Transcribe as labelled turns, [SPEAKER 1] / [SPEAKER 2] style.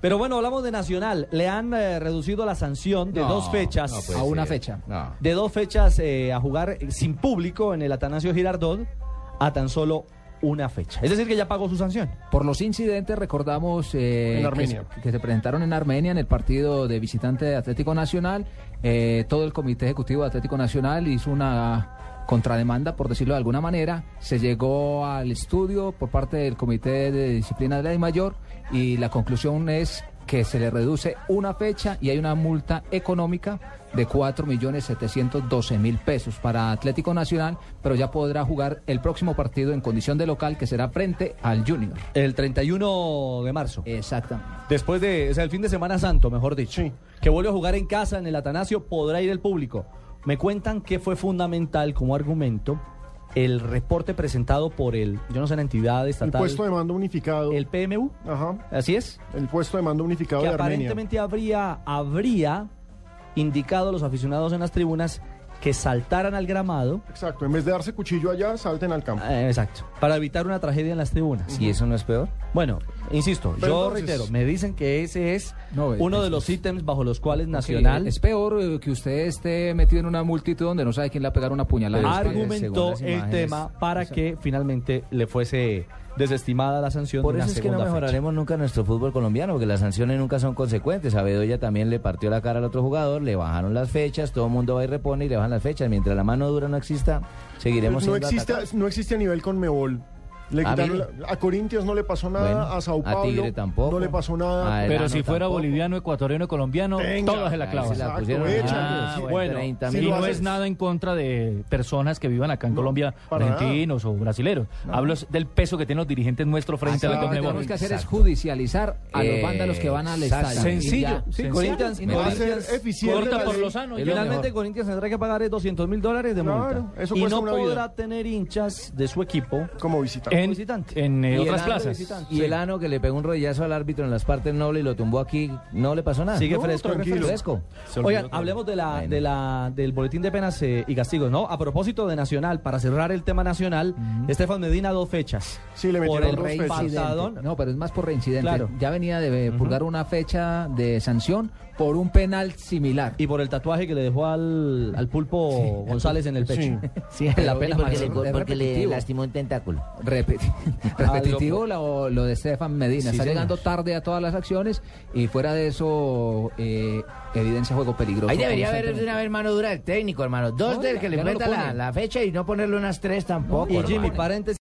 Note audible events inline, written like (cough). [SPEAKER 1] Pero bueno, hablamos de Nacional. Le han eh, reducido la sanción de
[SPEAKER 2] No,
[SPEAKER 1] dos fechas.
[SPEAKER 2] no puede
[SPEAKER 3] A una
[SPEAKER 2] ser.
[SPEAKER 3] fecha.
[SPEAKER 2] No.
[SPEAKER 1] de dos fechas eh, a jugar eh, sin público en el Atanasio Girardot a tan solo una fecha. Es decir, que ya pagó su sanción.
[SPEAKER 3] Por los incidentes, recordamos eh,
[SPEAKER 4] En
[SPEAKER 3] que
[SPEAKER 4] Armenia.
[SPEAKER 3] se- Que, se presentaron en Armenia en el partido de visitante de Atlético Nacional. Eh, todo el comité ejecutivo de Atlético Nacional hizo una contrademanda, por decirlo de alguna manera. Se llegó al estudio por parte del comité de disciplina de la mayor y la conclusión es que se le reduce una fecha y hay una multa económica de 4.712.000 pesos para Atlético Nacional, pero ya podrá jugar el próximo partido en condición de local que será frente al Junior.
[SPEAKER 1] El 31 de marzo.
[SPEAKER 3] Exactamente.
[SPEAKER 1] Eh, Después de, o sea, el fin de Semana Santo, mejor dicho. Que vuelve a jugar en casa en el Atanasio, podrá ir el público. Me cuentan que fue fundamental como argumento el reporte presentado por el, yo no sé, la entidad
[SPEAKER 4] El
[SPEAKER 1] estatal.
[SPEAKER 4] puesto de mando unificado.
[SPEAKER 1] el PMU,
[SPEAKER 4] Ajá.
[SPEAKER 1] así es.
[SPEAKER 4] El puesto de mando unificado
[SPEAKER 1] que
[SPEAKER 4] de Armenia.
[SPEAKER 1] aparentemente habría, habría indicado a los aficionados en las tribunas que saltaran al gramado.
[SPEAKER 4] Exacto. En vez de darse cuchillo allá, salten al campo.
[SPEAKER 1] eh, exacto. Para evitar una tragedia en las tribunas.
[SPEAKER 5] ¿Y eso no es peor?
[SPEAKER 1] Bueno, insisto,
[SPEAKER 4] Pero
[SPEAKER 1] yo
[SPEAKER 4] entonces-
[SPEAKER 1] reitero, me dicen que ese es
[SPEAKER 3] No, es-
[SPEAKER 1] uno de
[SPEAKER 3] es-
[SPEAKER 1] los ítems bajo los cuales
[SPEAKER 3] Sí,
[SPEAKER 1] Nacional
[SPEAKER 3] Es peor eh, que usted esté metido en una multitud donde no sabe quién le va a pegar una puñalada.
[SPEAKER 1] argumentó
[SPEAKER 5] según las
[SPEAKER 1] el
[SPEAKER 5] imágenes-
[SPEAKER 1] tema para que finalmente le fuese desestimada la sanción.
[SPEAKER 5] Por
[SPEAKER 1] de una
[SPEAKER 5] eso es que no
[SPEAKER 1] segunda fecha.
[SPEAKER 5] mejoraremos nunca nuestro fútbol colombiano, porque las sanciones nunca son consecuentes. A Bedoya también le partió la cara al otro jugador, le bajaron las fechas, todo el mundo va y repone y le bajan las fechas. Mientras la mano dura no exista, seguiremos
[SPEAKER 4] Pues no,
[SPEAKER 5] siendo
[SPEAKER 4] existe,
[SPEAKER 5] atacados.
[SPEAKER 4] no existe a nivel con Mebol. Le
[SPEAKER 5] Ah,
[SPEAKER 4] quitaron
[SPEAKER 5] mire.
[SPEAKER 4] la- a Corintios no le pasó nada,
[SPEAKER 5] Bueno,
[SPEAKER 4] a Sao
[SPEAKER 5] a
[SPEAKER 4] Paulo
[SPEAKER 5] Tigre tampoco.
[SPEAKER 4] no le pasó nada.
[SPEAKER 5] A Herrera
[SPEAKER 6] Pero si
[SPEAKER 5] no,
[SPEAKER 6] fuera
[SPEAKER 5] tampoco.
[SPEAKER 6] boliviano, ecuatoriano, colombiano,
[SPEAKER 4] Venga,
[SPEAKER 6] todas se la
[SPEAKER 5] ahí
[SPEAKER 6] clavan.
[SPEAKER 5] se la
[SPEAKER 4] Exacto,
[SPEAKER 5] pusieron.
[SPEAKER 4] échale.
[SPEAKER 5] Ah,
[SPEAKER 6] Ah,
[SPEAKER 5] bueno,
[SPEAKER 6] bueno,
[SPEAKER 5] 30
[SPEAKER 4] si
[SPEAKER 6] y
[SPEAKER 5] mil.
[SPEAKER 4] lo
[SPEAKER 6] no
[SPEAKER 4] haces.
[SPEAKER 6] es nada en contra de personas que vivan acá en
[SPEAKER 4] No,
[SPEAKER 6] Colombia,
[SPEAKER 4] para nada.
[SPEAKER 6] argentinos o brasileros. Hablo es del peso que tienen los dirigentes nuestros frente
[SPEAKER 3] Frente
[SPEAKER 6] a
[SPEAKER 5] Ah,
[SPEAKER 6] la
[SPEAKER 3] lo que
[SPEAKER 6] Conmebol.
[SPEAKER 3] tenemos que hacer es
[SPEAKER 5] Exacto.
[SPEAKER 3] judicializar a los
[SPEAKER 5] Eh,
[SPEAKER 3] vándalos que van al
[SPEAKER 5] exacto.
[SPEAKER 3] estadio.
[SPEAKER 6] Sencillo,
[SPEAKER 3] Y ya.
[SPEAKER 6] sí,
[SPEAKER 3] Sencillo.
[SPEAKER 1] Corinthians,
[SPEAKER 5] Me
[SPEAKER 4] Va a ser
[SPEAKER 1] Corinthians-
[SPEAKER 4] eficiente
[SPEAKER 6] Corta
[SPEAKER 4] la
[SPEAKER 6] por
[SPEAKER 4] ley.
[SPEAKER 6] los años.
[SPEAKER 5] Es lo
[SPEAKER 1] Finalmente
[SPEAKER 5] mejor.
[SPEAKER 1] Corinthians tendrá que pagar 200 mil dólares de
[SPEAKER 4] Claro,
[SPEAKER 1] multa.
[SPEAKER 4] eso
[SPEAKER 1] y
[SPEAKER 4] cuesta
[SPEAKER 1] no
[SPEAKER 4] una vida.
[SPEAKER 1] podrá tener hinchas de su equipo.
[SPEAKER 4] Como visitante.
[SPEAKER 6] En,
[SPEAKER 1] visitante.
[SPEAKER 6] en eh,
[SPEAKER 5] Y el ano
[SPEAKER 6] otras
[SPEAKER 5] de
[SPEAKER 6] plazas.
[SPEAKER 1] visitante.
[SPEAKER 5] Y el ano que le pegó un rodillazo al árbitro en las partes nobles y lo tumbó aquí, no le pasó nada.
[SPEAKER 1] Sigue
[SPEAKER 5] No,
[SPEAKER 1] fresco,
[SPEAKER 5] tranquilo.
[SPEAKER 1] fresco.
[SPEAKER 5] fresco.
[SPEAKER 6] Ah, Se olvidó
[SPEAKER 1] Oigan,
[SPEAKER 6] todo.
[SPEAKER 1] hablemos de la,
[SPEAKER 5] Bueno.
[SPEAKER 1] de la, del boletín de penas eh, y castigos, ¿no? A propósito de Nacional, para cerrar el tema Nacional, Estefan Medina dos fechas.
[SPEAKER 4] Sí, le
[SPEAKER 1] Por
[SPEAKER 4] metieron
[SPEAKER 1] el
[SPEAKER 4] dos
[SPEAKER 1] rey
[SPEAKER 4] fechas.
[SPEAKER 1] patadón.
[SPEAKER 3] No, pero es más por reincidente.
[SPEAKER 1] Claro.
[SPEAKER 3] Ya venía de purgar una fecha de sanción por un penal similar.
[SPEAKER 1] Y por el tatuaje que le dejó al, al pulpo González en el pecho. (laughs)
[SPEAKER 3] Sí,
[SPEAKER 5] En
[SPEAKER 3] pero- y
[SPEAKER 5] porque,
[SPEAKER 3] es-
[SPEAKER 5] le,
[SPEAKER 3] es
[SPEAKER 5] porque le
[SPEAKER 3] repetitivo.
[SPEAKER 5] lastimó un tentáculo.
[SPEAKER 3] (laughs) Repeti- repetitivo lo, lo de Stefan Medina.
[SPEAKER 5] Sí,
[SPEAKER 3] Está
[SPEAKER 5] señor.
[SPEAKER 3] llegando tarde a todas las acciones y fuera de eso eh, evidencia juego peligroso.
[SPEAKER 5] Ahí debería haber de
[SPEAKER 3] constantemente.
[SPEAKER 5] una vez mano dura del técnico, hermano. Dos
[SPEAKER 3] No,
[SPEAKER 5] del
[SPEAKER 3] ya-
[SPEAKER 5] que le
[SPEAKER 3] ya no lo
[SPEAKER 5] meta la,
[SPEAKER 3] ponen.
[SPEAKER 5] la fecha y no ponerle unas tres tampoco.
[SPEAKER 1] Y Jimmy,
[SPEAKER 5] hermano.
[SPEAKER 1] paréntesis.